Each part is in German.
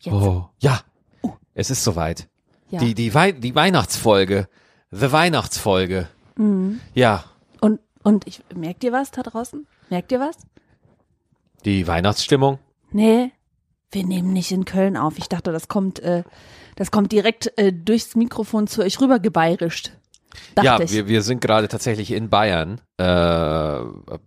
Jetzt. Oh, ja. Es ist soweit. Ja. Die, die, Wei die Weihnachtsfolge. The Weihnachtsfolge. Ja. Mhm. Und, und ich, merkt ihr was da draußen? Merkt ihr was? Die Weihnachtsstimmung. Nee, wir nehmen nicht in Köln auf. Ich dachte, das kommt, äh, das kommt direkt äh, durchs Mikrofon zu euch rüber gebeirischt. Dachte ja, ich. wir, wir sind gerade tatsächlich in Bayern. Äh,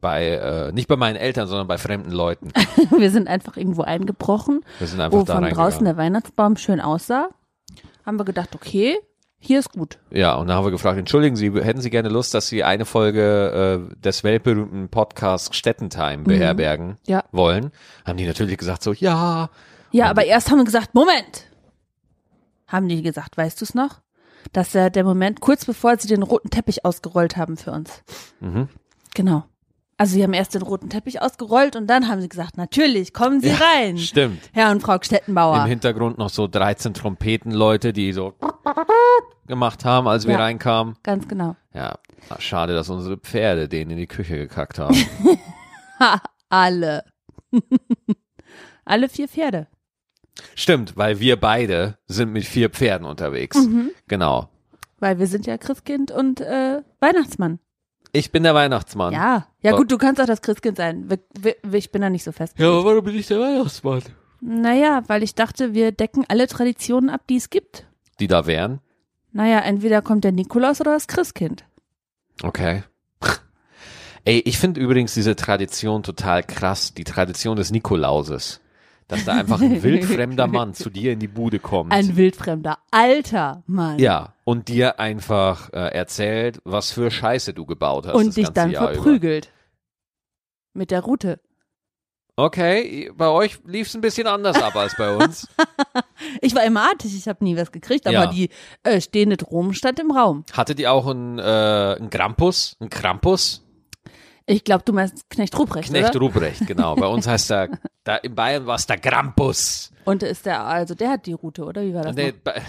bei, äh, nicht bei meinen Eltern, sondern bei fremden Leuten. wir sind einfach irgendwo eingebrochen, Wir sind einfach wo da Oh, von draußen reingegangen. der Weihnachtsbaum schön aussah. Haben wir gedacht, okay, hier ist gut. Ja, und dann haben wir gefragt, entschuldigen Sie, hätten Sie gerne Lust, dass Sie eine Folge äh, des weltberühmten Podcasts Mhm. Städtentime beherbergen Ja. wollen? Haben die natürlich gesagt so, ja. Ja, Haben aber erst haben wir gesagt, Moment! Haben die gesagt, weißt du es noch? Das ist ja der Moment, kurz bevor sie den roten Teppich ausgerollt haben für uns. Mhm. Genau. Also sie haben erst den roten Teppich ausgerollt und dann haben sie gesagt, natürlich, kommen Sie rein. Stimmt. Herr und Frau Im Stettenbauer. Hintergrund noch so 13 Trompetenleute, die so gemacht haben, als wir Ja. reinkamen. Ganz genau. Ja, schade, dass unsere Pferde denen in die Küche gekackt haben. Ha, alle. alle vier Pferde. Stimmt, weil wir beide sind mit vier Pferden unterwegs. Mhm. Genau. Weil wir sind ja Christkind und äh, Weihnachtsmann. Ich bin der Weihnachtsmann. Ja. Ja Oh. gut, du kannst auch das Christkind sein. Wir, wir, wir- ich bin da nicht so fest. Ja, aber warum bin ich der Weihnachtsmann? Naja, weil ich dachte, wir decken alle Traditionen ab, die es gibt. Die da wären? Naja, entweder kommt der Nikolaus oder das Christkind. Okay. Ey, ich finde übrigens diese Tradition total krass, die Tradition des Nikolauses. Dass da einfach ein wildfremder Mann zu dir in die Bude kommt. Ein wildfremder alter Mann. ja, und dir einfach äh, erzählt, was für Scheiße du gebaut hast. das und dich ganze dann Jahr verprügelt. Mit der Rute. Über. Okay, bei euch lief es ein bisschen anders ab als bei uns. Ich war immer artig, ich habe nie was gekriegt, aber Ja. die äh, stehende Drohung stand im Raum. Hattet ihr auch einen, äh, einen Krampus? Einen Krampus? Ich glaube, du meinst Knecht Ruprecht, Knecht oder? Ruprecht, genau. Bei uns heißt er, da in Bayern war es der Krampus. Und ist der, also der hat die Rute, oder? Wie war das? Und der, noch? bei,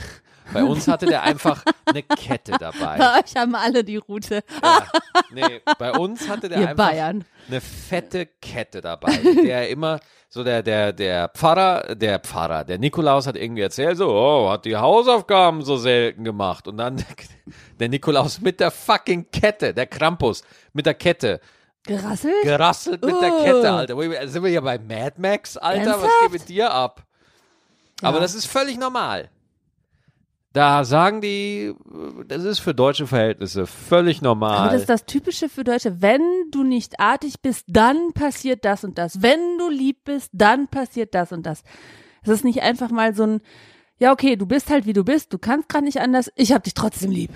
bei uns hatte der einfach eine Kette dabei. Bei euch haben alle die Rute. Ja, nee, bei uns hatte der Ihr einfach Bayern. eine fette Kette dabei. Der immer, so der, der, der Pfarrer, der Pfarrer, der Nikolaus hat irgendwie erzählt, so, oh, hat die Hausaufgaben so selten gemacht. Und dann der, der Nikolaus mit der fucking Kette, der Krampus mit der Kette. Gerasselt? gerasselt mit der Oh. Kette, Alter. Wo ich- Sind wir hier bei Mad Max, Alter? Was Ernsthaft? geht mit dir ab? Ja. Aber das ist völlig normal. Da sagen die, das ist für deutsche Verhältnisse völlig Aber normal. das ist das Typische für Deutsche. Wenn du nicht artig bist, dann passiert das und das. Wenn du lieb bist, dann passiert das und das. Es ist nicht einfach mal so ein, ja, okay, du bist halt wie du bist, du kannst gerade nicht anders, ich hab dich trotzdem lieb.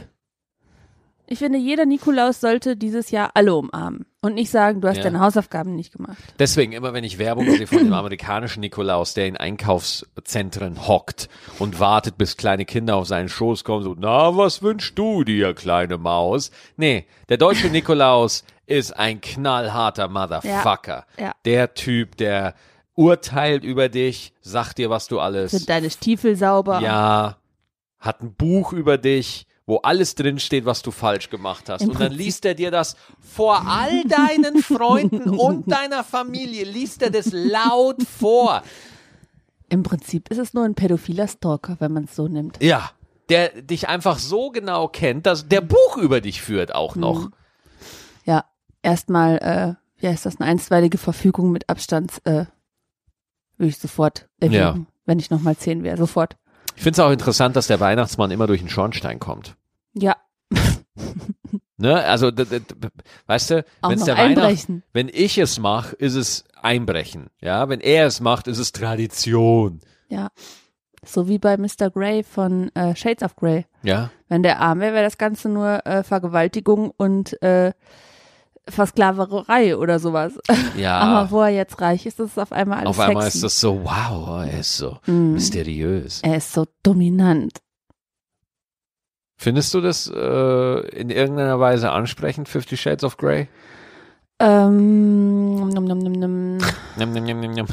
Ich finde, jeder Nikolaus sollte dieses Jahr alle umarmen und nicht sagen, du hast Ja. deine Hausaufgaben nicht gemacht. Deswegen, immer wenn ich Werbung sehe von dem amerikanischen Nikolaus, der in Einkaufszentren hockt und wartet, bis kleine Kinder auf seinen Schoß kommen, so, na, was wünschst du dir, kleine Maus? Nee, der deutsche Nikolaus ist ein knallharter Motherfucker. Ja, ja. Der Typ, der urteilt über dich, sagt dir, was du alles Sind deine Stiefel sauber? ja, hat ein Buch über dich, wo alles drinsteht, was du falsch gemacht hast. Im Und dann liest er dir das vor all deinen Freunden und deiner Familie, liest er das laut vor. Im Prinzip ist es nur ein pädophiler Stalker, wenn man es so nimmt. Ja. Der dich einfach so genau kennt, dass der Buch über dich führt auch noch. Mhm. Ja, erstmal, äh, wie heißt das, eine einstweilige Verfügung mit Abstands, äh, würde ich sofort erwägen, Ja. wenn ich nochmal zehn wäre, sofort. Ich finde es auch interessant, dass der Weihnachtsmann immer durch den Schornstein kommt. Ja, Ne? Also, d- d- d- weißt du, auch wenn's noch der Weihnacht- einbrechen. wenn ich es mache, ist es Einbrechen. Ja, wenn er es macht, ist es Tradition. Ja, so wie bei Mr. Grey von äh, Shades of Grey. Ja, Wenn der arm wäre, wäre das Ganze nur äh, Vergewaltigung und äh, Versklaverei oder sowas. ja. Aber wo er jetzt reich ist, ist es auf einmal alles Ah. Auf einmal sexy. ist das so, wow, oh, er ist so Mhm. mysteriös. Er ist so dominant. Findest du das äh, in irgendeiner Weise ansprechend, Fifty Shades of Grey? Ähm, num, num, num, num. Nimm, nimm, nimm, nimm, nimm.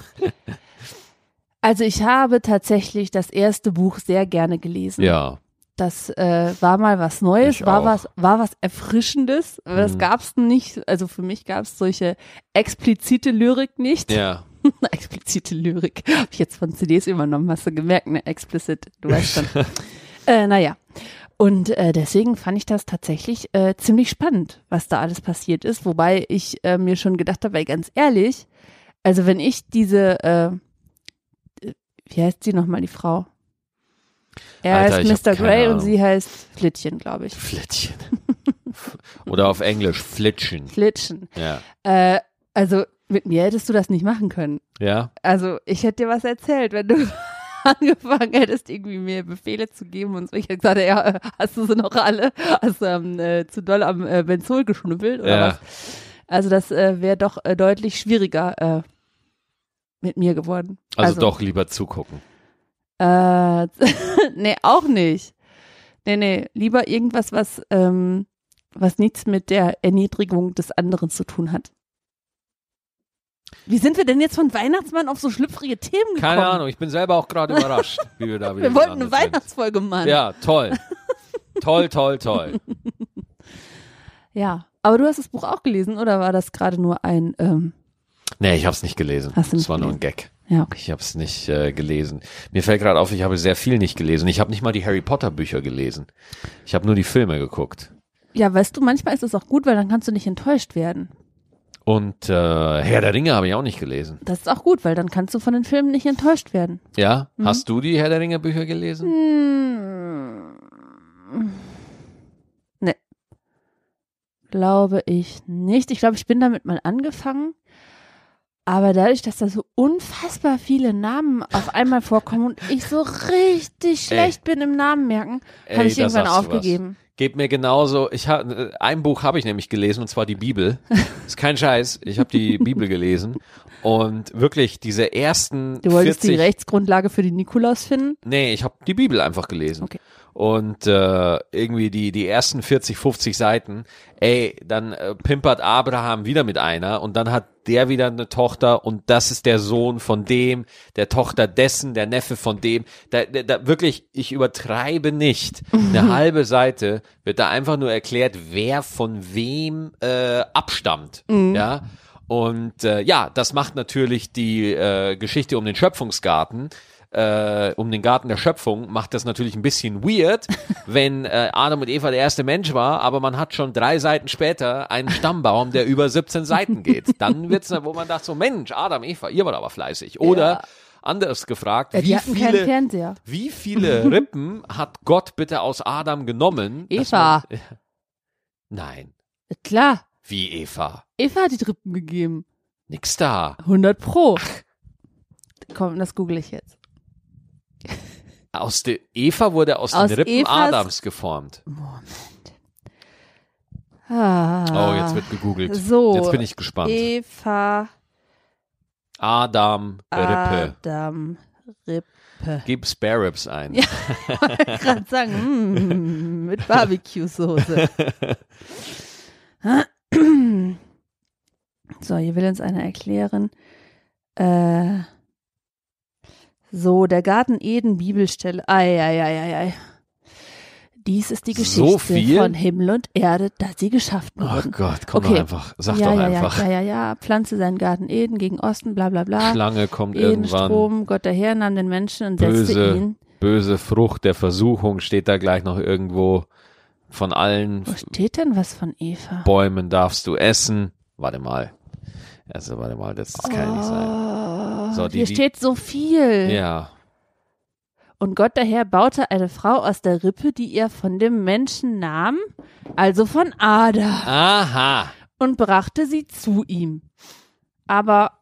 Also ich habe tatsächlich das erste Buch sehr gerne gelesen. Ja, Das äh, war mal was Neues, Ich war auch. was, war was Erfrischendes. Das Mhm. gab's nicht, also für mich gab's solche explizite Lyrik nicht. ja. Explizite Lyrik. Hab ich jetzt von CDs übernommen, hast du gemerkt, ne? Explicit, du weißt schon. äh, naja. Und äh, deswegen fand ich das tatsächlich äh, ziemlich spannend, was da alles passiert ist. Wobei ich äh, mir schon gedacht habe, weil ganz ehrlich, also wenn ich diese, äh, wie heißt sie nochmal, die Frau? Er Alter, ich heißt hab Mr. keine Grey und Ahnung. sie heißt Flittchen, glaube ich. Flittchen. Oder auf Englisch Flitschen. Flittchen. Ja. Äh, also mit mir hättest du das nicht machen können. Ja. Also, ich hätte dir was erzählt, wenn du angefangen hättest, irgendwie mir Befehle zu geben und so. Ich hätte gesagt, ja, äh, hast du sie noch alle? Hast du ähm, äh, zu doll am äh, Benzol geschnuppelt oder ja. was? Also, das äh, wäre doch äh, deutlich schwieriger äh, mit mir geworden. Also, doch lieber zugucken. Äh, nee, auch nicht. Nee, nee, lieber irgendwas, was, ähm, was nichts mit der Erniedrigung des anderen zu tun hat. Wie sind wir denn jetzt von Weihnachtsmann auf so schlüpfrige Themen gekommen? Keine Ahnung, ich bin selber auch gerade überrascht, wie wir da wieder Wir wollten eine gelandet Weihnachtsfolge machen. sind. Ja, toll. Toll, toll, toll. Ja. Aber du hast das Buch auch gelesen oder war das gerade nur ein, ähm, Nee, ich hab's nicht gelesen. Hast du das nicht war nur ein Gag. ja, okay. Ich hab's nicht äh, gelesen. Mir fällt gerade auf, ich habe sehr viel nicht gelesen. Ich habe nicht mal die Harry Potter Bücher gelesen. Ich habe nur die Filme geguckt. Ja, weißt du, manchmal ist es auch gut, weil dann kannst du nicht enttäuscht werden. Und äh, Herr der Ringe habe ich auch nicht gelesen. Das ist auch gut, weil dann kannst du von den Filmen nicht enttäuscht werden. Ja? Mhm. Hast du die Herr der Ringe Bücher Hm, gelesen? Ne. Glaube ich nicht. Ich glaube, ich bin damit mal angefangen. Aber dadurch, dass da so unfassbar viele Namen auf einmal vorkommen und ich so richtig schlecht bin im Namen merken, habe Ey, ich da irgendwann sagst du was. aufgegeben. Geht mir genauso. Ich hab, äh, ein Buch habe ich nämlich gelesen und zwar die Bibel. Ist kein Scheiß. Ich habe die Bibel gelesen und wirklich diese ersten Du wolltest 40 die Rechtsgrundlage für den Nikolaus finden? Nee, ich habe die Bibel einfach gelesen. Okay. Und äh, irgendwie die, die ersten 40, 50 Seiten, ey, dann äh, pimpert Abraham wieder mit einer und dann hat der wieder eine Tochter und das ist der Sohn von dem, der Tochter dessen, der Neffe von dem. Da, da, da wirklich, ich übertreibe nicht. Eine halbe Seite wird da einfach nur erklärt, wer von wem äh, abstammt. Ja. Und äh, ja, das macht natürlich die äh, Geschichte um den Schöpfungsgarten äh, um den Garten der Schöpfung macht das natürlich ein bisschen weird, wenn äh, Adam und Eva der erste Mensch war, aber man hat schon drei Seiten später einen Stammbaum, der über 17 Seiten geht. Dann wird's, ne, wo man dachte so, Mensch, Adam, Eva, ihr wart aber fleißig. Oder anders gefragt, Ja, die wie hatten keinen viele, Fernseher. wie viele Rippen hat Gott bitte aus Adam genommen? dass Eva. Man, nein, Äh, Klar, wie Eva. Eva hat die Rippen gegeben. Nix da. 100 pro. Komm, das google ich jetzt. Aus der Eva wurde aus, Aus den Rippen Evas- Adams geformt. Ah. Oh, jetzt wird gegoogelt. So. jetzt bin ich gespannt. Eva Adam Ah. Rippe. Adam Rippe. Gib Spare Ribs ein. Ja. Gerade sagen, mm, mit Barbecue-Soße. so, hier will uns einer erklären. Äh, so, der Garten Eden, Bibelstelle. Ei, ei, ei, ei, ei. Dies ist die Geschichte So viel? von Himmel und Erde, dass sie geschaffen Ach wurden. Oh Gott, komm Okay. doch einfach. Sag ja, doch ja, einfach. Ja, ja, ja, ja. Pflanze seinen Garten Eden gegen Osten, bla bla bla. Schlange kommt Eden, irgendwann. Strom, Gott der Herr nahm den Menschen und Böse. setzte ihn. Böse Frucht der Versuchung steht da gleich noch irgendwo. Von allen Wo steht denn was von Eva? Bäumen darfst du essen. Warte mal. Also, warte mal, das, das kann ja nicht sein. Oh, So, die- hier die- steht so viel. Ja. Und Gott der Herr baute eine Frau aus der Rippe, die er von dem Menschen nahm, also von Ada, Aha. und brachte sie zu ihm. Aber,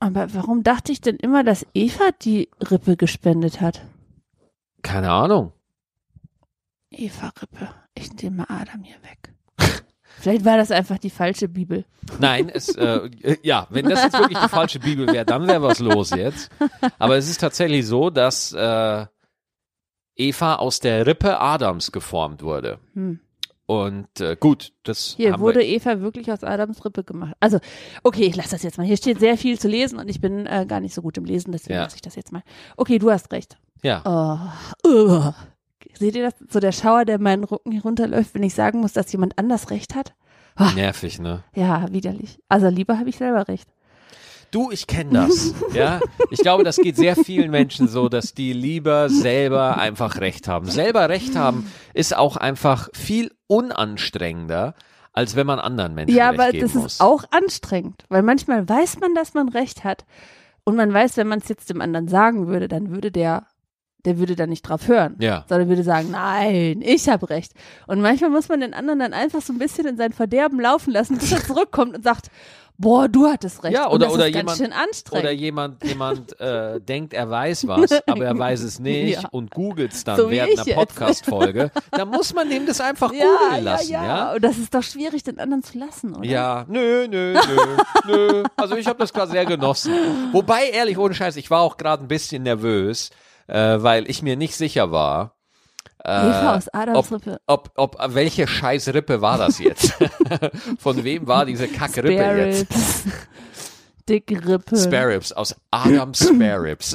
aber warum dachte ich denn immer, dass Eva die Rippe gespendet hat? Keine Ahnung. Eva Rippe. Ich nehme mal Adam hier weg. Vielleicht war das einfach die falsche Bibel. Nein, es, äh, ja, wenn das jetzt wirklich die falsche Bibel wäre, dann wäre was los jetzt. Aber es ist tatsächlich so, dass äh, Eva aus der Rippe Adams geformt wurde. Hm. Und äh, gut, das Hier haben wurde wir, Eva wirklich aus Adams Rippe gemacht. Also, okay, ich lasse das jetzt mal. Hier steht sehr viel zu lesen und ich bin äh, gar nicht so gut im Lesen, deswegen Ja. lasse ich das jetzt mal. Okay, du hast recht. ja. Oh. Ugh. Seht ihr das? So der Schauer, der meinen Rücken herunterläuft, wenn ich sagen muss, dass jemand anders recht hat? nervig, ne? Ja, widerlich. Also lieber habe ich selber recht. Du, ich kenne das. Ja, ich glaube, das geht sehr vielen Menschen so, dass die lieber selber einfach Recht haben. Selber Recht haben ist auch einfach viel unanstrengender, als wenn man anderen Menschen Ja, Recht aber geben das muss. ist auch anstrengend, weil manchmal weiß man, dass man recht hat und man weiß, wenn man es jetzt dem anderen sagen würde, dann würde der der würde dann nicht drauf hören, Ja. sondern würde sagen, nein, ich habe recht. Und manchmal muss man den anderen dann einfach so ein bisschen in sein Verderben laufen lassen, bis er zurückkommt und sagt, boah, du hattest recht. Ja, und oder- das oder ist ganz jemand- schön anstrengend. Oder jemand, jemand äh, denkt, er weiß was, aber er weiß es nicht Ja. und googelt es dann So wie ich während einer jetzt. Podcast-Folge. Da muss man dem das einfach ja, googeln lassen, ja, ja? ja. Und das ist doch schwierig, den anderen zu lassen, oder? Ja, nö, nö, nö, nö. Also ich habe das gerade sehr genossen. Wobei, ehrlich, ohne Scheiß, ich war auch gerade ein bisschen nervös, äh, weil ich mir nicht sicher war, äh, Eva aus Adams ob, Rippe. Ob, ob, welche scheiß Rippe war das jetzt? Von wem war diese Kackrippe Spare jetzt? Ribs. Dicke Rippe. Spare Ribs, aus Adams Spare Ribs.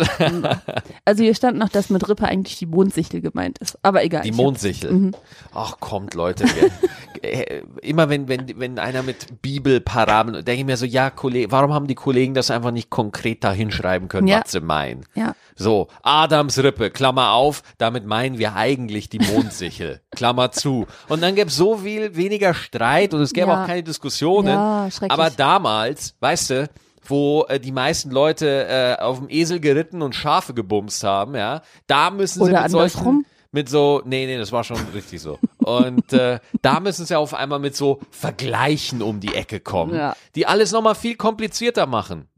Also hier stand noch, dass mit Rippe eigentlich die Mondsichtel gemeint ist. Aber egal. Die ich Mondsichel. Mhm. Ach, kommt, Leute. Wir, äh, immer wenn, wenn, wenn einer mit Bibelparabeln, denke ich mir so, ja, Kollege, warum haben die Kollegen das einfach nicht konkret da hinschreiben können, Ja. was sie meinen? hab- Ja. So, Adams Rippe, Klammer auf, damit meinen wir eigentlich die Mondsichel, Klammer zu. Und dann gäbe es so viel weniger Streit und es gäbe Ja. auch keine Diskussionen. Ja, schrecklich. aber damals, weißt du, wo äh, die meisten Leute äh, auf dem Esel geritten und Schafe gebumst haben, ja, da müssen sie Oder mit solchen, andersrum. mit so, nee, nee, das war schon richtig so. Und äh, da müssen sie auf einmal mit so Vergleichen um die Ecke kommen, Ja. die alles nochmal viel komplizierter machen.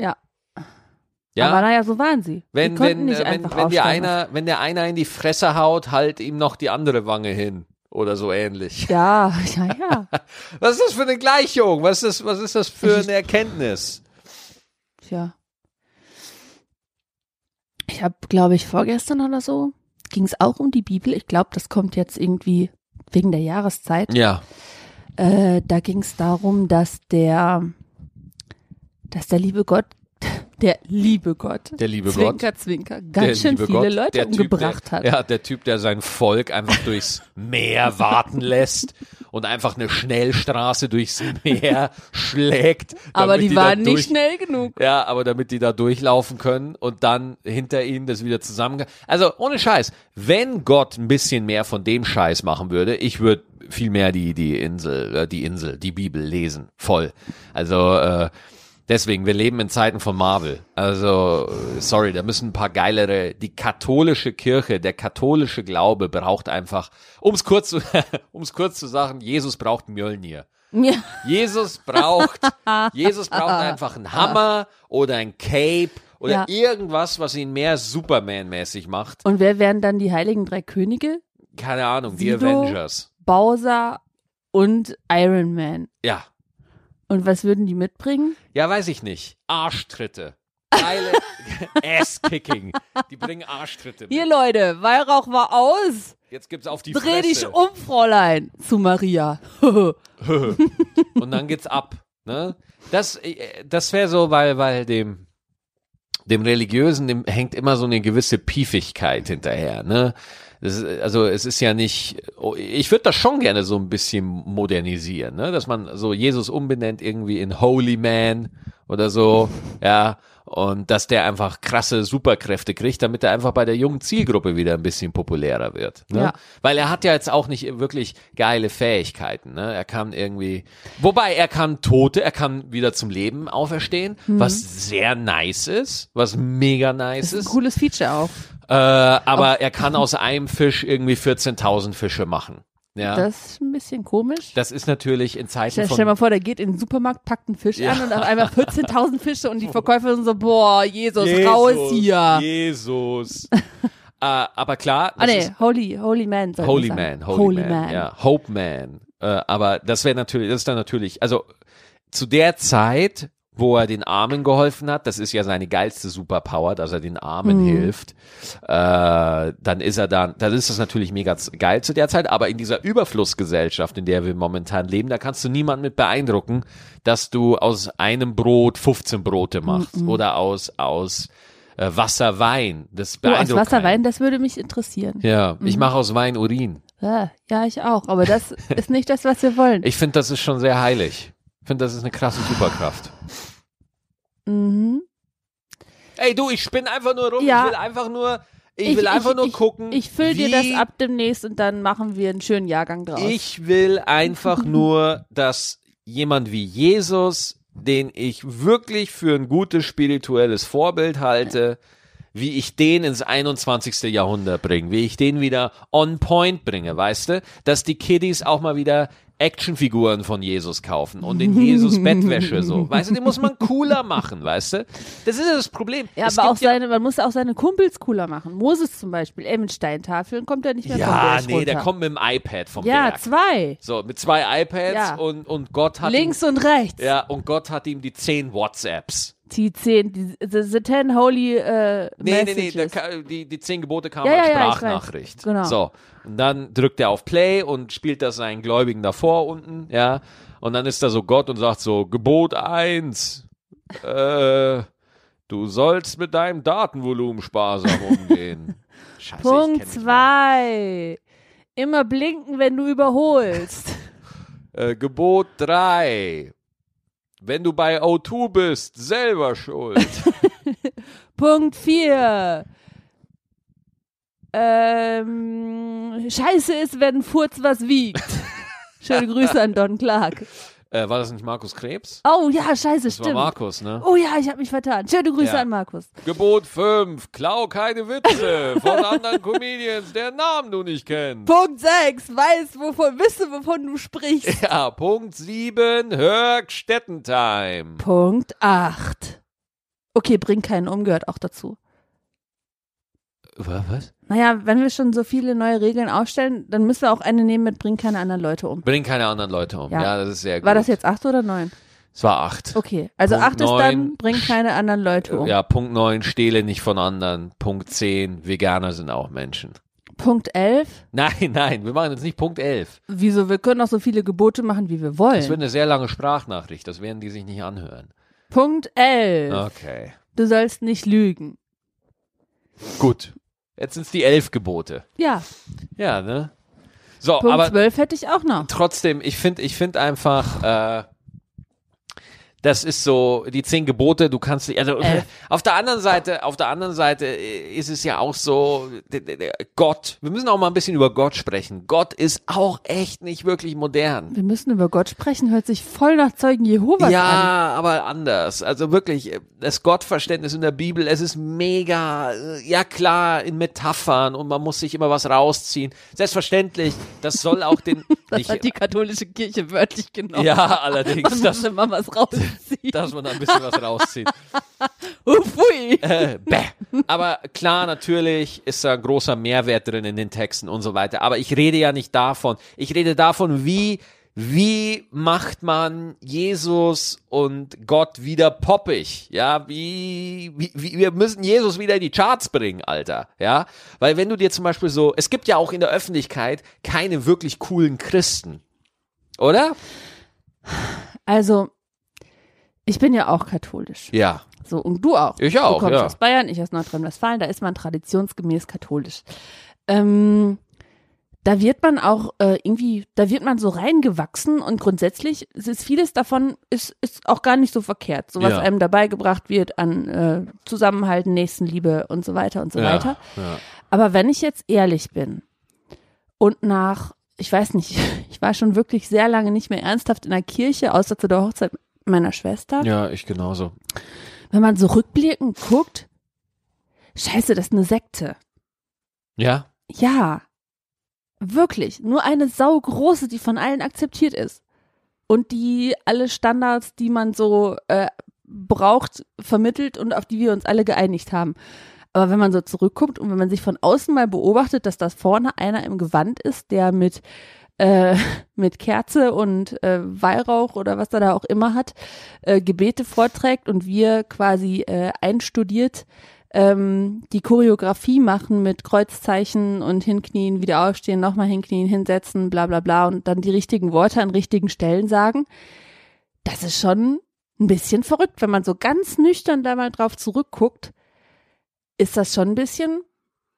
Ja. Ja? Aber naja, so waren sie. die Wenn, konnten wenn, nicht äh, wenn, einfach wenn, dir aufsteigen. einer, wenn der einer in die Fresse haut, halt ihm noch die andere Wange hin. Oder so ähnlich. Ja, ja, ja. Was ist das für eine Gleichung? Was ist, was ist das für eine Erkenntnis? Tja. Ich habe, glaube ich, vorgestern oder so, ging es auch um die Bibel. Ich glaube, das kommt jetzt irgendwie wegen der Jahreszeit. Ja. Äh, da ging es darum, dass der, dass der liebe Gott, der liebe Gott, Der liebe Gott. Zwinker, Zwinker, der ganz schön liebe viele Gott, Leute der umgebracht typ, der, hat. Ja, der Typ, der sein Volk einfach durchs Meer warten lässt und einfach eine Schnellstraße durchs Meer schlägt. Aber damit die da waren durch- nicht schnell genug. Ja, aber damit die da durchlaufen können und dann hinter ihnen das wieder zusammen. Also ohne Scheiß, wenn Gott ein bisschen mehr von dem Scheiß machen würde, ich würde viel mehr die die Insel, äh, die Insel, die Bibel lesen, voll. Also äh, deswegen, wir leben in Zeiten von Marvel. Also äh, sorry, da müssen ein paar geilere. Die katholische Kirche, der katholische Glaube braucht einfach, um's kurz zu, um's kurz zu sagen, Jesus braucht Mjölnir. Ja. Jesus braucht, Jesus braucht einfach einen Hammer oder ein Cape oder Ja. irgendwas, was ihn mehr Superman-mäßig macht. Und wer wären dann die heiligen drei Könige? Keine Ahnung, die Sido? Avengers. Bowser und Iron Man. Ja. Und was würden die mitbringen? Ja, weiß ich nicht. Arschtritte. Geile Ass-Kicking. Die bringen Arschtritte Hier, mit. Leute, Weihrauch war aus. Jetzt gibt's auf die Dreh dich Fresse. um, Fräulein, zu Maria. und dann geht's ab. Ne? Das, äh, das wäre so, weil, weil dem, dem Religiösen dem hängt immer so eine gewisse Piefigkeit hinterher. Ne? Das ist, also es ist ja nicht, oh, ich würde das schon gerne so ein bisschen modernisieren, ne? dass man so Jesus umbenennt irgendwie in Holy Man oder so, ja, und dass der einfach krasse Superkräfte kriegt, damit er einfach bei der jungen Zielgruppe wieder ein bisschen populärer wird. Ne? Ja. Weil er hat ja jetzt auch nicht wirklich geile Fähigkeiten. Ne? Er kann irgendwie, wobei er kann Tote, er kann wieder zum Leben auferstehen, Hm. was sehr nice ist, was mega nice ist. Cooles Feature auch. Äh, aber er kann aus einem Fisch irgendwie 14.000 Fische machen. Ja. Das, Das ist ein bisschen komisch. ist natürlich in Zeiten Stell, stell mal von vor, der geht in den Supermarkt, packt einen Fisch an und auf einmal 14.000 Fische und die Verkäufer sind so, boah, Jesus, raus hier. Jesus. äh, aber klar, ah das nee, ist Holy, Holy Man. sollten wir Holy Äh, sagen. Man, Holy, Man, ja, Hope Man. Äh, aber das wäre natürlich, das ist dann natürlich, also zu der Zeit, wo er den Armen geholfen hat, das ist ja seine geilste Superpower, dass er den Armen Mhm. hilft, äh, dann ist er dann, dann ist das natürlich mega z- geil zu der Zeit, aber in dieser Überflussgesellschaft, in der wir momentan leben, da kannst du niemanden mit beeindrucken, dass du aus einem Brot 15 Mhm, Brote machst oder aus, aus äh, Wasser Wein. Das Oh, aus Mhm. beeindruckt Wasserwein, keinen. das würde mich interessieren. Ja, ich mache aus Wein Urin. Ja, ja, ich auch. Aber das ist nicht das, was wir wollen. Ich finde, das ist schon sehr heilig. Ich finde, das ist eine krasse Superkraft. Mhm. Ey, du, ich spinne einfach nur rum. Ja. Ich will einfach nur, ich, will einfach nur ich, gucken. Ich fülle dir wie- das ab demnächst und dann machen wir einen schönen Jahrgang draus. Ich will einfach nur, dass jemand wie Jesus, den ich wirklich für ein gutes spirituelles Vorbild halte, wie ich den ins 21. Jahrhundert bringe, wie ich den wieder on point bringe, weißt du? Dass die Kiddies auch mal wieder Actionfiguren von Jesus kaufen und in Jesus Bettwäsche so. Weißt du, den muss man cooler machen, weißt du? Das ist ja das Problem. ja, Es aber auch gibt ja- seine, man muss auch seine Kumpels cooler machen. Moses zum Beispiel, ey, mit Steintafeln kommt er nicht mehr vom Ja, Berg nee, runter. der kommt mit dem iPad vom ja, Berg. zwei. So, mit zwei iPads Ja. und, und Gott hat ihm Links und rechts. Ja, und Gott hat ihm die zehn WhatsApps. Die zehn, die, the, the ten holy äh, Nee, messages. nee, nee, da, ka- die, die zehn Gebote kamen Ja, als ja, ja, ich Sprachnachricht. weiß. Genau. So, und dann drückt er auf Play und spielt das seinen Gläubigen davor unten, ja. Und dann ist da so Gott und sagt so, Gebot eins äh, du sollst mit deinem Datenvolumen sparsam umgehen. Scheiße, ich kenn Punkt mich mal. zwei. Immer blinken, wenn du überholst. Äh, Gebot drei wenn du bei O2 bist, selber schuld. Punkt 4. Ähm, scheiße ist, wenn Furz was wiegt. Schöne Grüße an Don Clark. äh, war das nicht Markus Krebs? Oh ja, scheiße, Das war stimmt. Markus, ne? Oh ja, ich habe mich vertan. Schöne Grüße Ja. an Markus. Gebot 5, klau keine Witze von anderen Comedians, deren Namen du nicht kennst. Punkt 6. Weiß, wovon, wisse, wovon du sprichst. Ja, Punkt 7, Hörg Stettentime. Punkt 8. Okay, bring keinen um, gehört auch dazu. Was? Naja, wenn wir schon so viele neue Regeln aufstellen, dann müssen wir auch eine nehmen mit bring keine anderen Leute um. Bring keine anderen Leute um. Ja, Ja. das ist sehr gut. War das jetzt 8 oder 9? Es war 8. Okay, also Punkt 8 ist neun. dann, bring keine anderen Leute um. Ja, Punkt 9, stehle nicht von anderen. Punkt 10, Veganer sind auch Menschen. Punkt 11. Nein, nein, wir machen jetzt nicht Punkt 11. Wieso? Wir können auch so viele Gebote machen, wie wir Das wird wollen. eine sehr lange Sprachnachricht, das werden die sich nicht anhören. Punkt 11. Okay, Du sollst nicht lügen. gut. Jetzt sind es die 11 Gebote. Ja, Ja, ne? So, Punkt aber 12 hätte ich auch noch. trotzdem, ich finde ich find einfach, äh, das ist so, die zehn Gebote, du kannst nicht, also Äh. auf der anderen Seite, auf der anderen Seite äh, ist es ja auch so, d- d- d- Gott, wir müssen auch mal ein bisschen über Gott sprechen. Gott ist auch echt nicht wirklich modern. Wir müssen über Gott sprechen, hört sich voll nach Zeugen Jehovas an. ja, aber anders. Also wirklich, äh, das Gottverständnis in der Bibel, es ist mega, äh, ja klar, in Metaphern und man muss sich immer was rausziehen. Selbstverständlich, das soll auch den, Das nicht- hat die katholische Kirche wörtlich genommen. ja, allerdings, Man das muss immer was rausziehen. dass man da ein bisschen was rauszieht. Ufui. Äh, bäh. Aber klar, natürlich ist da ein großer Mehrwert drin in den Texten und so weiter. Aber ich rede ja nicht davon. Ich rede davon, wie, wie macht man Jesus und Gott wieder poppig? Ja, wie, wie, wie, wir müssen Jesus wieder in die Charts bringen, Alter. Ja, weil wenn du dir zum Beispiel so, es gibt ja auch in der Öffentlichkeit keine wirklich coolen Christen. Oder? Also, ich bin ja auch katholisch. Ja. So, und du auch. Ich auch, Du kommst ja. aus Bayern, ich aus Nordrhein-Westfalen, da ist man traditionsgemäß katholisch. Ähm, da wird man auch äh, irgendwie, da wird man so reingewachsen und grundsätzlich es ist vieles davon ist, ist auch gar nicht so verkehrt. So was Ja. einem dabei gebracht wird an äh, Zusammenhalten, Nächstenliebe und so weiter und so weiter. Ja. Aber wenn ich jetzt ehrlich bin und nach, ich weiß nicht, ich war schon wirklich sehr lange nicht mehr ernsthaft in der Kirche, außer zu der Hochzeit meiner Schwester ja, ich genauso. wenn man so rückblickend guckt, scheiße, das ist eine Sekte. Ja, Ja, wirklich. Nur eine saugroße, die von allen akzeptiert ist. Und die alle Standards, die man so äh, braucht, vermittelt und auf die wir uns alle geeinigt haben. Aber wenn man so zurückguckt und wenn man sich von außen mal beobachtet, dass das vorne einer im Gewand ist, der mit, äh, mit Kerze und äh, Weihrauch oder was er da auch immer hat, äh, Gebete vorträgt und wir quasi äh, einstudiert ähm, die Choreografie machen mit Kreuzzeichen und hinknien, wieder aufstehen, nochmal hinknien, hinsetzen, bla bla bla und dann die richtigen Worte an richtigen Stellen sagen. Das ist schon ein bisschen verrückt, wenn man so ganz nüchtern da mal drauf zurückguckt, ist das schon ein bisschen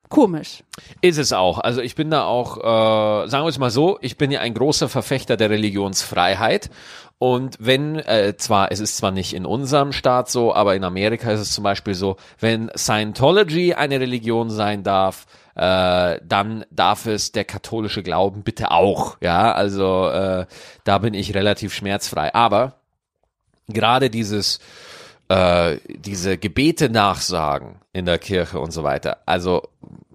komisch. Ist es auch. Also ich bin da auch, äh, sagen wir es mal so, ich bin ja ein großer Verfechter der Religionsfreiheit. Und wenn, äh, zwar, es ist zwar nicht in unserem Staat so, aber in Amerika ist es zum Beispiel so, wenn Scientology eine Religion sein darf, äh, dann darf es der katholische Glauben bitte auch. Ja, also äh, da bin ich relativ schmerzfrei. Aber gerade dieses äh, diese Gebete nachsagen in der Kirche und so weiter. Also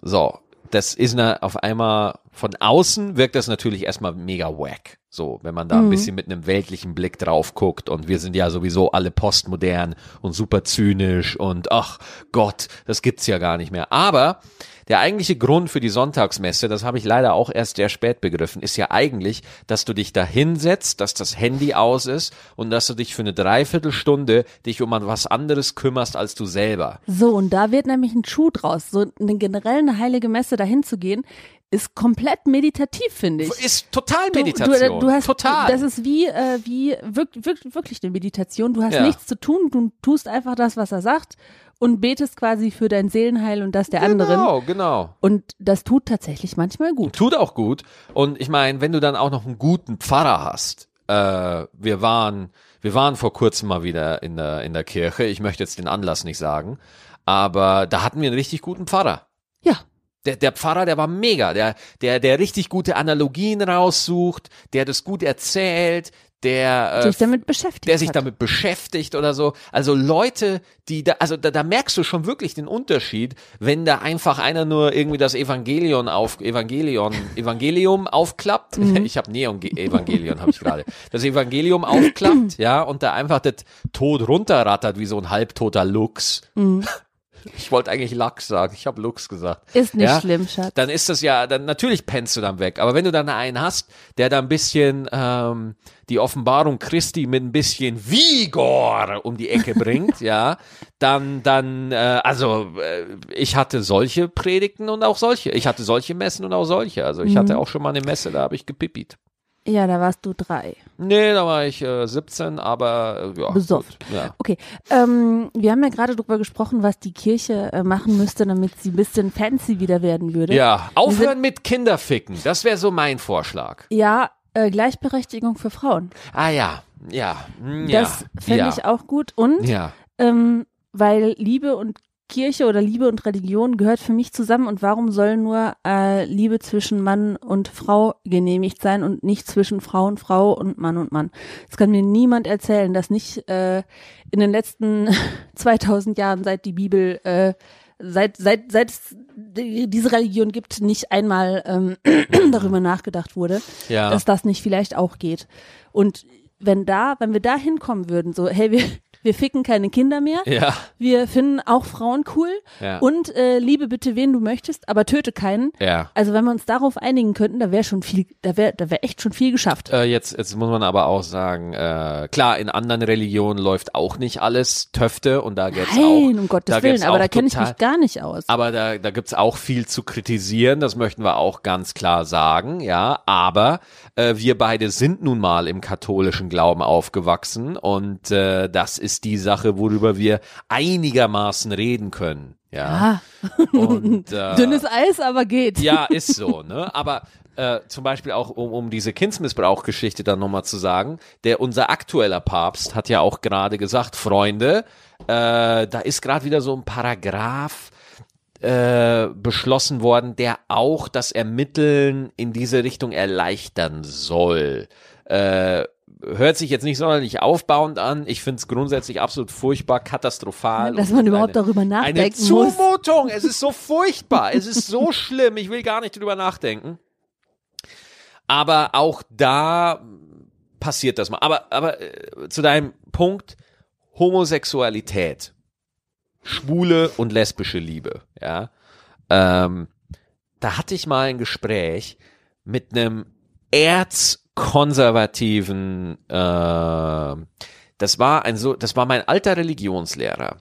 so, das ist na, auf einmal von außen wirkt das natürlich erstmal mega wack. So, wenn man da Mhm. ein bisschen mit einem weltlichen Blick drauf guckt und wir sind ja sowieso alle postmodern und super zynisch und ach Gott, das gibt's ja gar nicht mehr. Aber der eigentliche Grund für die Sonntagsmesse, das habe ich leider auch erst sehr spät begriffen, ist ja eigentlich, dass du dich da hinsetzt, dass das Handy aus ist und dass du dich für eine Dreiviertelstunde dich um an was anderes kümmerst als du selber. So, und da wird nämlich ein Schuh draus. So eine generell eine heilige Messe dahin zu gehen, ist komplett meditativ, finde ich. Ist total Du- Meditation. Du, du hast, total. Das ist wie, äh, wie wirk, wirk, wirklich eine Meditation. Du hast Ja. nichts zu tun, du tust einfach das, was er sagt und betest quasi für dein Seelenheil und das der anderen. Genau, genau. Und das tut tatsächlich manchmal gut. Tut auch gut. Und ich meine, wenn du dann auch noch einen guten Pfarrer hast, äh, wir waren, wir waren vor kurzem mal wieder in der, in der Kirche. Ich möchte jetzt den Anlass nicht sagen. Aber da hatten wir einen richtig guten Pfarrer. Ja. Der, der Pfarrer, der war mega, der, der, der richtig gute Analogien raussucht, der das gut erzählt, der, äh, Sich damit beschäftigt. der sich hat. damit beschäftigt oder so. Also Leute, die da, also da, da merkst du schon wirklich den Unterschied, wenn da einfach einer nur irgendwie das Evangelion auf Evangelion Evangelium aufklappt. Ich habe Neon Evangelion habe ich gerade. Das Evangelium aufklappt, ja, und da einfach das Tod runterrattert wie so ein halbtoter Lux. Ich wollte eigentlich Lachs sagen, ich habe Lux gesagt. Ist nicht ja? schlimm, Schatz. dann ist das ja, dann natürlich pennst du dann weg. Aber wenn du dann einen hast, der da ein bisschen ähm, die Offenbarung Christi mit ein bisschen Vigor um die Ecke bringt, ja, dann, dann, äh, also äh, ich hatte solche Predigten und auch solche. Ich hatte solche Messen und auch solche. Also ich Mhm. hatte auch schon mal eine Messe, da habe ich gepippit. Ja, da warst du drei. Nee, da war ich äh, 17, aber äh, ja. Besoffen. gut, Ja. Okay, ähm, wir haben ja gerade drüber gesprochen, was die Kirche äh, machen müsste, damit sie ein bisschen fancy wieder werden würde. ja, aufhören mit Kinderficken. Das wäre so mein Vorschlag. Ja, äh, Gleichberechtigung für Frauen. Ah ja, ja, mm, ja. Das fände ja. ich auch gut. Und Ja. ähm, weil Liebe und Kirche oder Liebe und Religion gehört für mich zusammen und warum soll nur äh, Liebe zwischen Mann und Frau genehmigt sein und nicht zwischen Frau und Frau und Mann und Mann? Das kann mir niemand erzählen, dass nicht äh, in den letzten 2000 Jahren seit die Bibel, äh, seit seit seit es die- diese Religion gibt, nicht einmal ähm, darüber nachgedacht wurde Ja. dass das nicht vielleicht auch geht. Und wenn da, wenn wir da hinkommen würden, so, hey, wir, wir ficken keine Kinder mehr, Ja, wir finden auch Frauen cool Ja. und äh, liebe bitte wen du möchtest, aber töte keinen. ja. Also wenn wir uns darauf einigen könnten, da wäre schon viel, da wäre da wäre echt schon viel geschafft. Äh, jetzt, jetzt muss man aber auch sagen, äh, klar, in anderen Religionen läuft auch nicht alles Töfte und da gibt's auch. Nein, um Gottes da Willen, gibt's aber auch da kenne ich total- mich gar nicht aus. Aber da, da gibt's auch viel zu kritisieren, das möchten wir auch ganz klar sagen, ja. Aber äh, wir beide sind nun mal im katholischen Glauben aufgewachsen und äh, das ist die Sache, worüber wir einigermaßen reden können, Ah, ja. Und, äh, dünnes Eis, aber geht. Ja, ist so, ne? Aber äh, zum Beispiel auch, um, um diese Kindsmissbrauchgeschichte dann nochmal zu sagen, der unser aktueller Papst hat ja auch gerade gesagt, Freunde, äh, da ist gerade wieder so ein Paragraph äh, beschlossen worden, der auch das Ermitteln in diese Richtung erleichtern soll. Äh, hört sich jetzt nicht sonderlich aufbauend an. Ich finde es grundsätzlich absolut furchtbar, katastrophal. Dass und man überhaupt eine- darüber eine nachdenken muss. Zumutung. Es ist so furchtbar. Es ist so schlimm. Ich will gar nicht drüber nachdenken. Aber auch da passiert das mal. Aber, aber äh, zu deinem Punkt Homosexualität, schwule und lesbische Liebe, ja. Ähm, da hatte ich mal ein Gespräch mit einem erzkonservativen, äh, das war ein so, das war mein alter Religionslehrer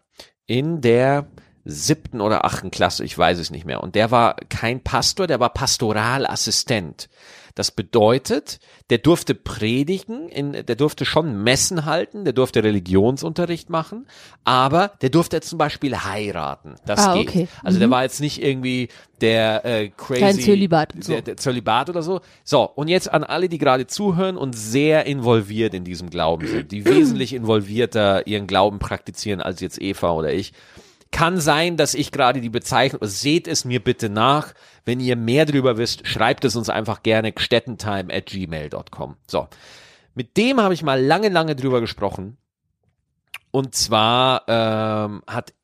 in der siebten oder achten Klasse, ich weiß es nicht mehr. Und der war kein Pastor, der war Pastoralassistent. Das bedeutet, der durfte predigen, in, der durfte schon Messen halten, der durfte Religionsunterricht machen, aber der durfte zum Beispiel heiraten. Das Ah, geht. okay. Also der war jetzt nicht irgendwie der äh, crazy Kein Zölibat, so. der, der Zölibat oder so. So, und jetzt an alle, die gerade zuhören und sehr involviert in diesem Glauben sind, die wesentlich involvierter ihren Glauben praktizieren als jetzt Eva oder ich. Kann sein, dass ich gerade die Bezeichnung, also seht es mir bitte nach. Wenn ihr mehr drüber wisst, schreibt es uns einfach gerne gstettentime at gmail.com. So. Mit dem habe ich mal lange, lange drüber gesprochen. Und zwar ähm, hat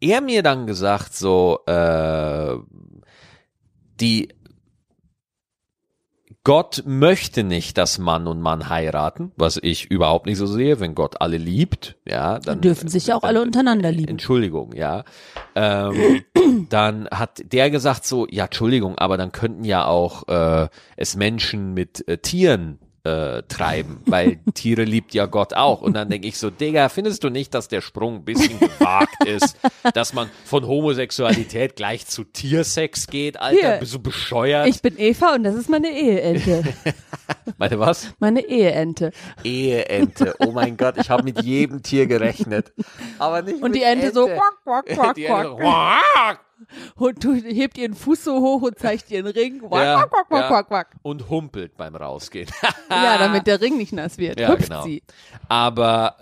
er mir dann gesagt, so, äh, die Gott möchte nicht, dass Mann und Mann heiraten, was ich überhaupt nicht so sehe. Wenn Gott alle liebt, ja, dann Dürfen sich ja auch alle untereinander lieben. Entschuldigung, ja. Ähm, dann hat der gesagt so, ja, Entschuldigung, aber dann könnten ja auch äh, es Menschen mit äh, Tieren äh, treiben, weil Tiere liebt ja Gott auch. Und dann denke ich so, Digga, findest du nicht, dass der Sprung ein bisschen gewagt ist, dass man von Homosexualität gleich zu Tiersex geht, Alter, Hier. bist du bescheuert? Ich bin Eva und das ist meine Eheente. Warte, was? Meine Eheente. Eheente. Oh mein Gott, ich habe mit jedem Tier gerechnet. Aber nicht Und mit die Ente, so quack, quack, quack, Die Ente quack. so, quack. Und du hebt ihren Fuß so hoch und zeigt ihren Ring. Quack, Ja, quack, quack, quack, ja. quack, quack. und humpelt beim Rausgehen. Ja, damit der Ring nicht nass wird. ja, Hüpft genau. sie. Aber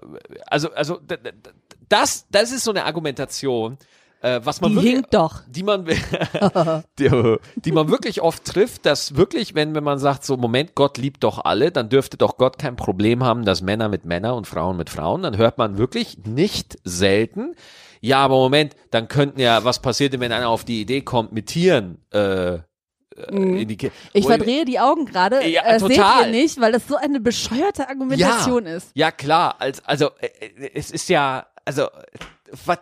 äh, also, also d- d- d- das, das ist so eine Argumentation, äh, was man Die wirklich, hinkt doch. die man die, die man wirklich oft trifft, dass wirklich, wenn, wenn man sagt, so Moment, Gott liebt doch alle, dann dürfte doch Gott kein Problem haben, dass Männer mit Männern und Frauen mit Frauen, dann hört man wirklich nicht selten, ja, aber Moment, dann könnten ja, was passiert denn, wenn einer auf die Idee kommt, mit Tieren äh, äh, in die Ki- Mhm. Ich Wo ich- verdrehe die Augen gerade. Ja, äh, seht total. ihr nicht, weil das so eine bescheuerte Argumentation ja. ist. Ja, klar. Also, also äh, äh, es ist ja, also, was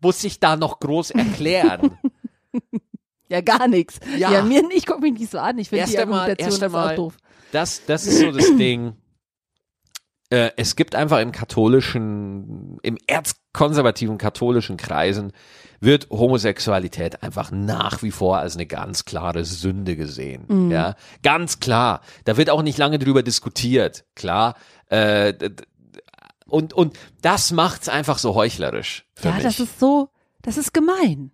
muss ich da noch groß erklären? Ja, gar nichts. Ja. Ja. mir nicht, guck mich nicht so an. Ich finde Erst die einmal- Argumentation erst das ist einmal- auch doof. das, das ist so das Ding. Äh, es gibt einfach im katholischen, im erzkonservativen katholischen Kreisen wird Homosexualität einfach nach wie vor als eine ganz klare Sünde gesehen. Mhm. Ja, ganz klar. Da wird auch nicht lange drüber diskutiert. Klar. Äh, d- d- und, und das macht's einfach so heuchlerisch. Für Ja, mich. das ist so, das ist gemein.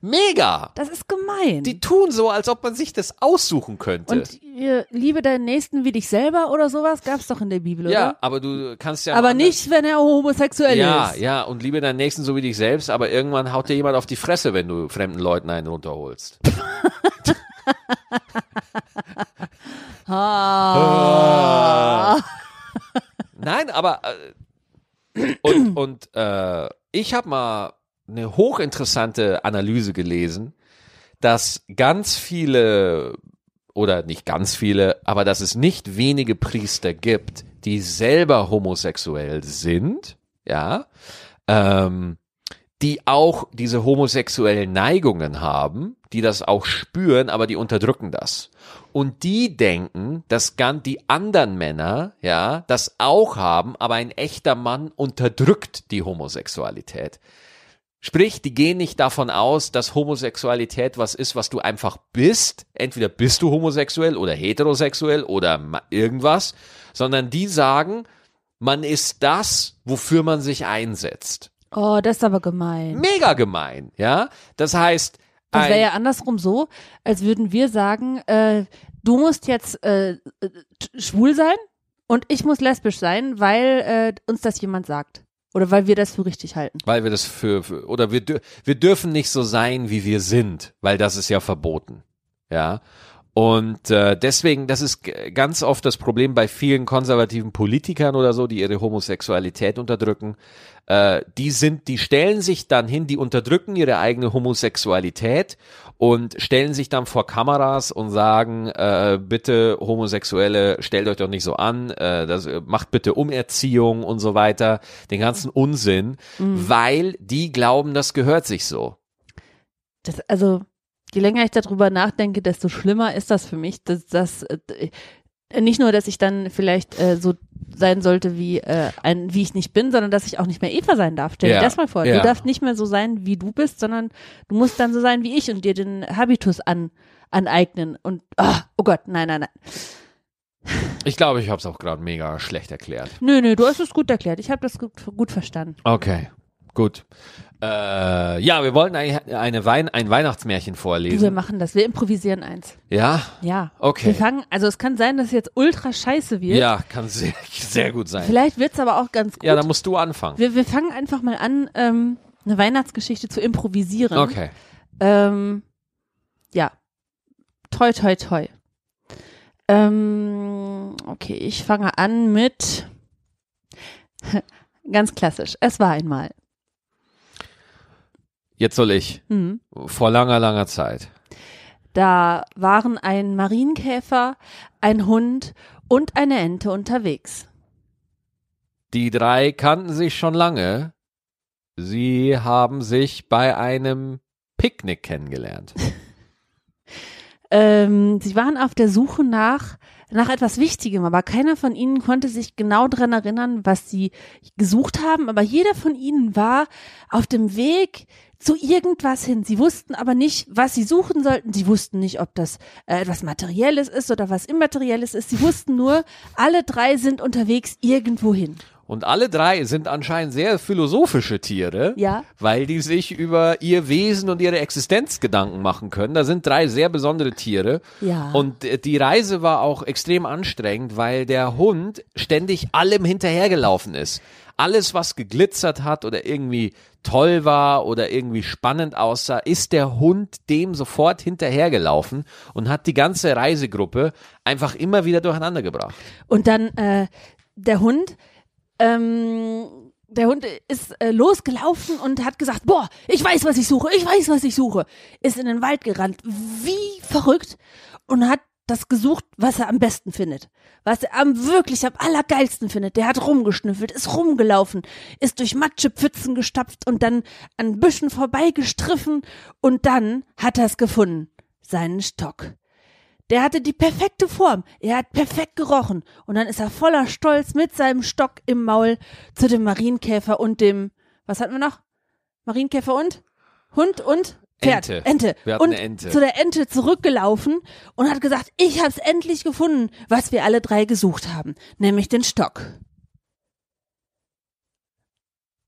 mega. Das ist gemein. Die tun so, als ob man sich das aussuchen könnte. Mhm. und ihr liebe deinen Nächsten wie dich selber oder sowas gab's doch in der Bibel, ja, oder? aber du kannst ja. Aber anders- nicht, wenn er homosexuell Ja, ist. ja, und liebe deinen Nächsten so wie dich selbst, aber irgendwann haut dir jemand auf die Fresse, wenn du fremden Leuten einen runterholst. Ah. Nein, aber äh, und, und äh, ich habe mal eine hochinteressante Analyse gelesen, dass ganz viele oder nicht ganz viele, aber dass es nicht wenige Priester gibt, die selber homosexuell sind, ja, ähm, die auch diese homosexuellen Neigungen haben, die das auch spüren, aber die unterdrücken das. Und die denken, dass ganz die anderen Männer, ja, das auch haben, aber ein echter Mann unterdrückt die Homosexualität. Sprich, die gehen nicht davon aus, dass Homosexualität was ist, was du einfach bist. Entweder bist du homosexuell oder heterosexuell oder ma- irgendwas, sondern die sagen, man ist das, wofür man sich einsetzt. Oh, das ist aber gemein. Mega gemein, ja? Das heißt, Das wäre ein, ja andersrum so, als würden wir sagen, äh, du musst jetzt äh, äh, t- schwul sein und ich muss lesbisch sein, weil äh, uns das jemand sagt. Oder weil wir das für richtig halten. weil wir das für, für oder wir, dür- wir dürfen nicht so sein, wie wir sind, weil das ist ja verboten, ja? Und äh, deswegen, das ist g- ganz oft das Problem bei vielen konservativen Politikern oder so, die ihre Homosexualität unterdrücken. Äh, die sind, die stellen sich dann hin, die unterdrücken ihre eigene Homosexualität und stellen sich dann vor Kameras und sagen, äh, bitte Homosexuelle, stellt euch doch nicht so an, äh, das, äh, macht bitte Umerziehung und so weiter, den ganzen Unsinn, weil die glauben, das gehört sich so. Das, also, je länger ich darüber nachdenke, desto schlimmer ist das für mich, dass, dass äh, nicht nur, dass ich dann vielleicht äh, so sein sollte, wie, äh, ein, wie ich nicht bin, sondern dass ich auch nicht mehr Eva sein darf. Stell Ja. dir das mal vor. Ja. Du darfst nicht mehr so sein, wie du bist, sondern du musst dann so sein wie ich und dir den Habitus an, aneignen. Und ah, oh Gott, nein, nein, nein. Ich glaube, ich habe es auch gerade mega schlecht erklärt. Nö, nö, du hast es gut erklärt. Ich habe das gut, gut verstanden. Okay, gut. Äh, ja, wir wollten eigentlich eine Wein, ein Weihnachtsmärchen Du, wir vorlesen. machen das. Wir improvisieren eins. Ja, Ja. Okay. Wir fangen, also es kann sein, dass es jetzt ultra scheiße wird. ja, kann sehr, sehr gut sein. Vielleicht wird's aber auch ganz gut. Ja, dann musst du anfangen. wir, wir fangen einfach mal an, ähm, eine Weihnachtsgeschichte zu improvisieren. Okay. Ähm, ja. Toi, toi, toi. Ähm, okay, ich fange an mit ganz klassisch. Es war einmal. Jetzt soll ich. Hm. Vor langer, langer Zeit. Da waren ein Marienkäfer, ein Hund und eine Ente unterwegs. Die drei kannten sich schon lange. Sie haben sich bei einem Picknick kennengelernt. Ähm, sie waren auf der Suche nach, nach etwas Wichtigem, aber keiner von ihnen konnte sich genau dran erinnern, was sie gesucht haben, aber jeder von ihnen war auf dem Weg zu irgendwas hin. Sie wussten aber nicht, was sie suchen sollten. Sie wussten nicht, ob das äh, etwas Materielles ist oder was Immaterielles ist. Sie wussten nur, alle drei sind unterwegs irgendwo hin. Und alle drei sind anscheinend sehr philosophische Tiere, Ja. weil die sich über ihr Wesen und ihre Existenz Gedanken machen können. Da sind drei sehr besondere Tiere. Ja. Und äh, die Reise war auch extrem anstrengend, weil der Hund ständig allem hinterhergelaufen ist. Alles, was geglitzert hat oder irgendwie toll war oder irgendwie spannend aussah, ist der Hund dem sofort hinterhergelaufen und hat die ganze Reisegruppe einfach immer wieder durcheinander gebracht. Und dann äh, der Hund, ähm, der Hund ist äh, losgelaufen und hat gesagt, boah, ich weiß, was ich suche, ich weiß, was ich suche. Ist in den Wald gerannt, wie verrückt und hat das gesucht, was er am besten findet. Was er am wirklich am allergeilsten findet. Der hat rumgeschnüffelt, ist rumgelaufen, ist durch Matschepfützen gestapft und dann an Büschen vorbeigestriffen und dann hat er es gefunden. Seinen Stock. Der hatte die perfekte Form. Er hat perfekt gerochen. Und dann ist er voller Stolz mit seinem Stock im Maul zu dem Marienkäfer und dem, was hatten wir noch? Marienkäfer und? Hund und? Pferd. Ente. Ente. Wir hatten und eine Ente. zu der Ente zurückgelaufen und hat gesagt, ich hab's endlich gefunden, was wir alle drei gesucht haben. Nämlich den Stock.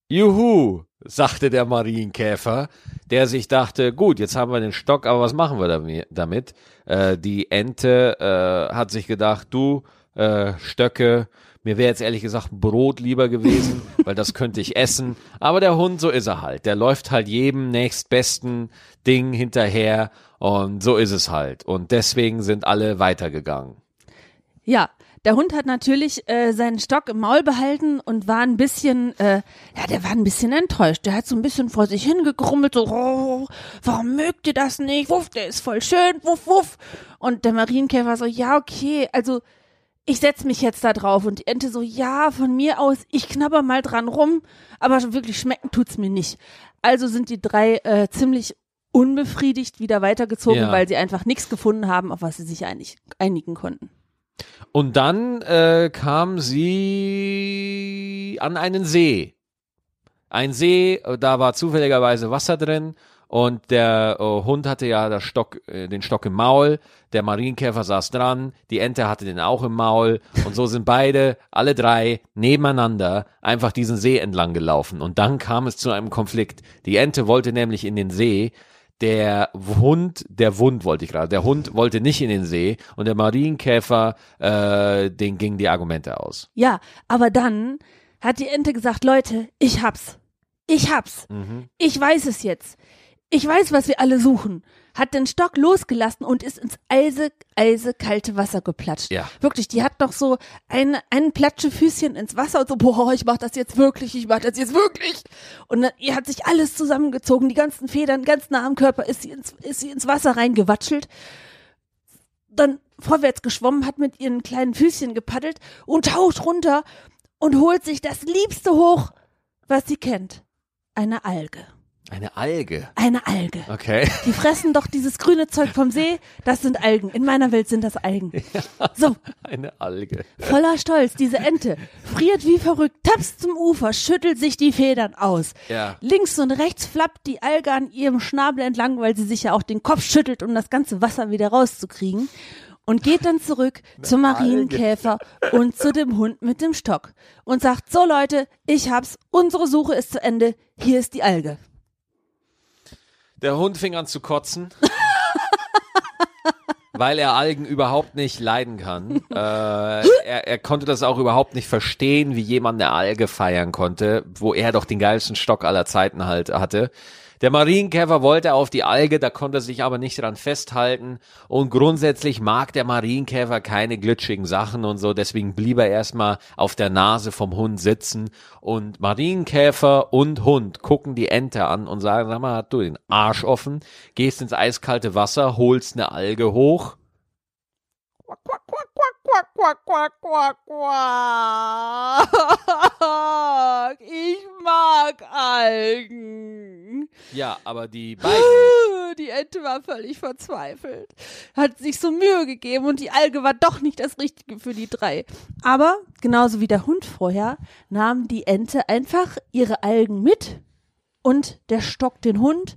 Juhu, sagte der Marienkäfer, der sich dachte, gut, jetzt haben wir den Stock, aber was machen wir dami- damit? Äh, die Ente äh, hat sich gedacht, du äh, Stöcke, mir wäre jetzt ehrlich gesagt ein Brot lieber gewesen, weil das könnte ich essen. Aber der Hund, so ist er halt. Der läuft halt jedem nächstbesten Ding hinterher und so ist es halt. Und deswegen sind alle weitergegangen. Ja, der Hund hat natürlich äh, seinen Stock im Maul behalten und war ein bisschen, äh, ja, der war ein bisschen enttäuscht. Der hat so ein bisschen vor sich hingegrummelt, so, "Oh, warum mögt ihr das nicht? Wuff, der ist voll schön, wuff, wuff. Und der Marienkäfer so, ja, okay, also ich setz mich jetzt da drauf. Und die Ente so, ja, von mir aus, ich knabber mal dran rum, aber wirklich schmecken tut's mir nicht. Also sind die drei äh, ziemlich unbefriedigt wieder weitergezogen, Ja. weil sie einfach nichts gefunden haben, auf was sie sich einig, einigen konnten. Und dann äh, kam sie an einen See. Ein See, äh, da war zufälligerweise Wasser drin und der äh, Hund hatte ja das Stock, äh, den Stock im Maul, der Marienkäfer saß dran, die Ente hatte den auch im Maul und so sind beide, alle drei, nebeneinander einfach diesen See entlang gelaufen. Und dann kam es zu einem Konflikt. Die Ente wollte nämlich in den See, der Hund, der Wund wollte ich gerade, der Hund wollte nicht in den See und der Marienkäfer, äh, den gingen die Argumente aus. Ja, aber dann hat die Ente gesagt, Leute, ich hab's. Ich hab's. Mhm. Ich weiß es jetzt. Ich weiß, was wir alle suchen. Hat den Stock losgelassen und ist ins eise, eise kalte Wasser geplatscht. Ja. Wirklich, die hat noch so ein, ein Platschefüßchen ins Wasser und so, boah, ich mach das jetzt wirklich, ich mach das jetzt wirklich. Und dann, ihr hat sich alles zusammengezogen, die ganzen Federn, ganz nah am Körper, ist sie ins, ist sie ins Wasser reingewatschelt dann vorwärts geschwommen, hat mit ihren kleinen Füßchen gepaddelt und taucht runter und holt sich das Liebste hoch, was sie kennt. Eine Alge. Eine Alge. Eine Alge. Okay. Die fressen doch dieses grüne Zeug vom See. Das sind Algen. In meiner Welt sind das Algen. So, Eine Alge. voller Stolz, diese Ente friert wie verrückt, tapst zum Ufer, schüttelt sich die Federn aus. Ja. Links und rechts flappt die Alge an ihrem Schnabel entlang, weil sie sich ja auch den Kopf schüttelt, um das ganze Wasser wieder rauszukriegen. Und geht dann zurück zum Marienkäfer und zu dem Hund mit dem Stock und sagt, so Leute, ich hab's, unsere Suche ist zu Ende, hier ist die Alge. Der Hund fing an zu kotzen. Weil er Algen überhaupt nicht leiden kann. Äh, er, er konnte das auch überhaupt nicht verstehen, wie jemand eine Alge feiern konnte, wo er doch den geilsten Stock aller Zeiten halt hatte. Der Marienkäfer wollte auf die Alge, da konnte er sich aber nicht dran festhalten. Und grundsätzlich mag der Marienkäfer keine glitschigen Sachen und so, deswegen blieb er erstmal auf der Nase vom Hund sitzen. Und Marienkäfer und Hund gucken die Ente an und sagen, sag mal, hast du den Arsch offen, gehst ins eiskalte Wasser, holst eine Alge hoch. Quack, quack, quack, quack, quack, quack, quack. Ich mag Algen. Ja, aber die beiden. Die Ente war völlig verzweifelt. Hat sich so Mühe gegeben und die Alge war doch nicht das Richtige für die drei. Aber genauso wie der Hund vorher nahm die Ente einfach ihre Algen mit und der Stock den Hund.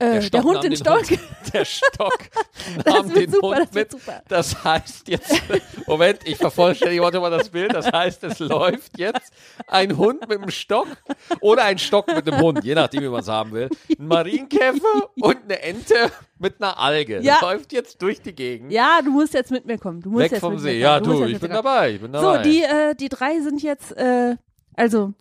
Äh, der, Stock Hund nahm den, Stock. Hund, der Stock Das nahm wird den super, Hund das mit. wird super. Das heißt jetzt, Moment, ich vervollständige heute mal das Bild. Das heißt, es läuft jetzt ein Hund mit einem Stock oder ein Stock mit einem Hund, je nachdem, wie man es haben will. Ein Marienkäfer und eine Ente mit einer Alge. Ja. Läuft jetzt durch die Gegend. Ja, du musst jetzt mit mir kommen. Du musst Weg jetzt vom mit See. Mir Ja, kommen. musst du, jetzt mit ich bin mir kommen. dabei. Ich bin So, dabei. die, äh, die drei sind jetzt, äh, also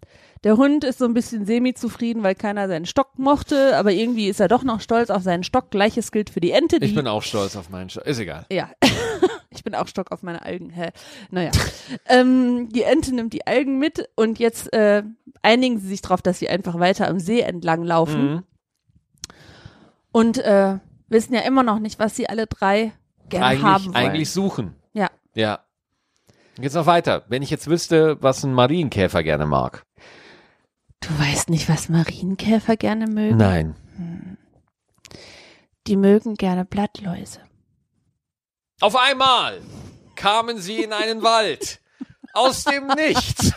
der Hund ist so ein bisschen semi-zufrieden, weil keiner seinen Stock mochte, aber irgendwie ist er doch noch stolz auf seinen Stock. Gleiches gilt für die Ente, die ich bin auch stolz auf meinen Stock. Ist egal. ja, ich bin auch stock auf meine Algen. Hä? Naja. ähm, die Ente nimmt die Algen mit und jetzt äh, einigen sie sich darauf, dass sie einfach weiter am See entlang laufen Mhm. und äh, wissen ja immer noch nicht, was sie alle drei gerne haben Eigentlich, wollen. eigentlich suchen. ja. Ja. Geht's noch weiter? Wenn ich jetzt wüsste, was ein Marienkäfer gerne mag. Du weißt nicht, was Marienkäfer gerne mögen. Nein. Die mögen gerne Blattläuse. Auf einmal kamen sie in einen Wald. Aus dem Nichts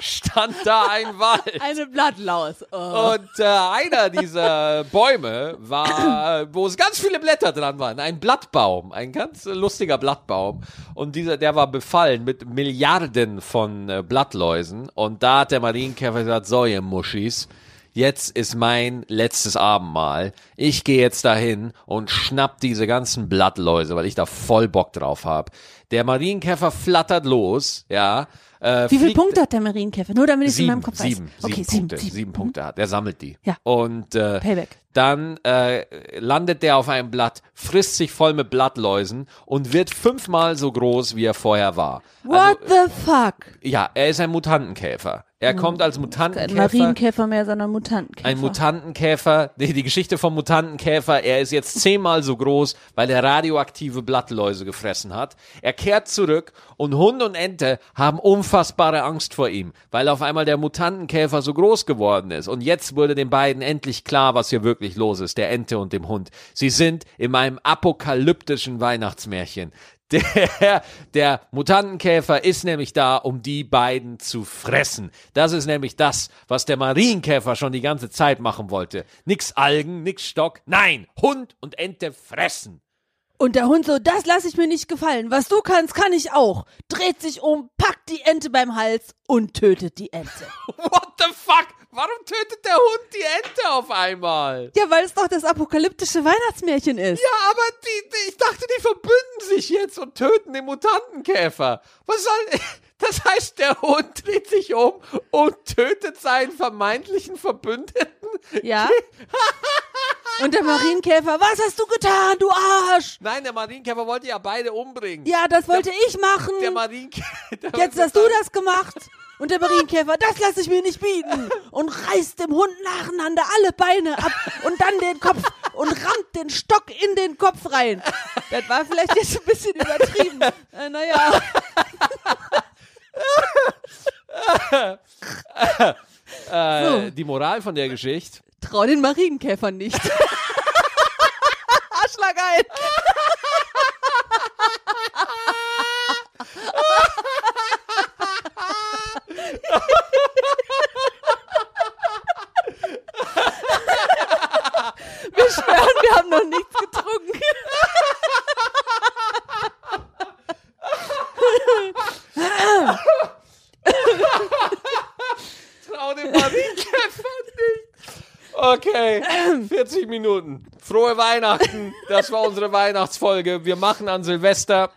stand da ein Wald. Eine Blattlaus. Oh. Und äh, einer dieser Bäume war, äh, wo es ganz viele Blätter dran waren, ein Blattbaum, ein ganz äh, lustiger Blattbaum. Und dieser, der war befallen mit Milliarden von äh, Blattläusen. Und da hat der Marienkäfer gesagt, so ihr Muschis, jetzt ist mein letztes Abendmahl. Ich gehe jetzt dahin und schnapp diese ganzen Blattläuse, weil ich da voll Bock drauf habe. Der Marienkäfer flattert los, ja. Äh, Wie viele fliegt- Punkte hat der Marienkäfer? Nur damit ich es in sieben, meinem Kopf sieben, weiß. Okay, Mhm. sieben, Punkte, sieben, Punkte hat. Er sammelt die. Ja. Und äh, Payback. dann äh, landet der auf einem Blatt, frisst sich voll mit Blattläusen und wird fünfmal so groß, wie er vorher war. Also, What the fuck? Ja, er ist ein Mutantenkäfer. Er kommt als Kein Mutantenkäfer. Mhm. Marienkäfer mehr, sondern Mutantenkäfer. Ein Mutantenkäfer, die, die Geschichte vom Mutantenkäfer, er ist jetzt zehnmal so groß, weil er radioaktive Blattläuse gefressen hat. Er kehrt zurück und Hund und Ente haben unfassbare Angst vor ihm, weil auf einmal der Mutantenkäfer so groß geworden ist. Und jetzt wurde den beiden endlich klar, was hier wirklich los ist, der Ente und dem Hund. Sie sind in einem apokalyptischen Weihnachtsmärchen. Der, der Mutantenkäfer ist nämlich da, um die beiden zu fressen. Das ist nämlich das, was der Marienkäfer schon die ganze Zeit machen wollte. Nix Algen, nix Stock, nein, Hund und Ente fressen. Und der Hund so, das lasse ich mir nicht gefallen. Was du kannst, kann ich auch. Dreht sich um, packt die Ente beim Hals und tötet die Ente. What the fuck? Warum tötet der Hund die Ente auf einmal? ja, weil es doch das apokalyptische Weihnachtsmärchen ist. Ja, aber die, die, ich dachte, die verbünden sich jetzt und töten den Mutantenkäfer. Was soll. Das heißt, der Hund dreht sich um und tötet seinen vermeintlichen Verbündeten? Ja. Und der Marienkäfer, was hast du getan, du Arsch? Nein, der Marienkäfer wollte ja beide umbringen. Ja, das wollte ich machen. Der Marienkäfer. Jetzt hast du das gemacht. Und der Marienkäfer, das lasse ich mir nicht bieten. Und reißt dem Hund nacheinander alle Beine ab und dann den Kopf und rammt den Stock in den Kopf rein. Das war vielleicht jetzt ein bisschen übertrieben. Äh, naja. Äh, So. Die Moral von der Geschichte. Trau den Marienkäfern nicht. Arschlag ein. Wir schwören, wir haben noch nichts getrunken. Trau dem Marienkäfer nicht. Okay, 40 Minuten. Frohe Weihnachten. Das war unsere Weihnachtsfolge. Wir machen an Silvester.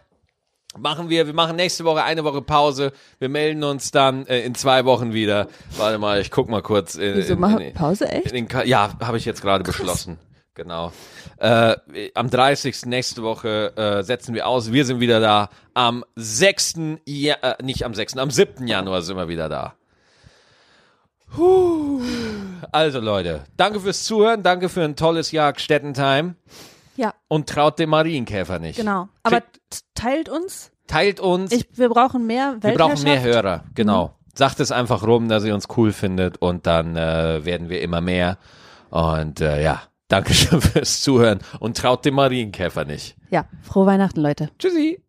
Machen wir, wir machen nächste Woche eine Woche Pause. Wir melden uns dann äh, in zwei Wochen wieder. Warte mal, ich guck mal kurz. In, Wieso in, machen in, Pause echt? in den Ka ja, habe ich jetzt gerade beschlossen. Genau. Äh, am 30. nächste Woche äh, setzen wir aus. Wir sind wieder da. Am 6. Ja äh, nicht am 6., am 7. Januar sind wir wieder da. Huh. Also Leute, danke fürs Zuhören, danke für ein tolles Jahr Stettentime Ja, und traut dem Marienkäfer nicht. genau. Aber Schickt- t- teilt uns. Teilt uns, Ich, wir brauchen mehr wir brauchen mehr Weltherrschaft. Hörer, genau. Sagt es einfach rum, dass ihr uns cool findet und dann äh, werden wir immer mehr. Und äh, ja, danke schön fürs Zuhören und traut dem Marienkäfer nicht. Ja, frohe Weihnachten, Leute. Tschüssi.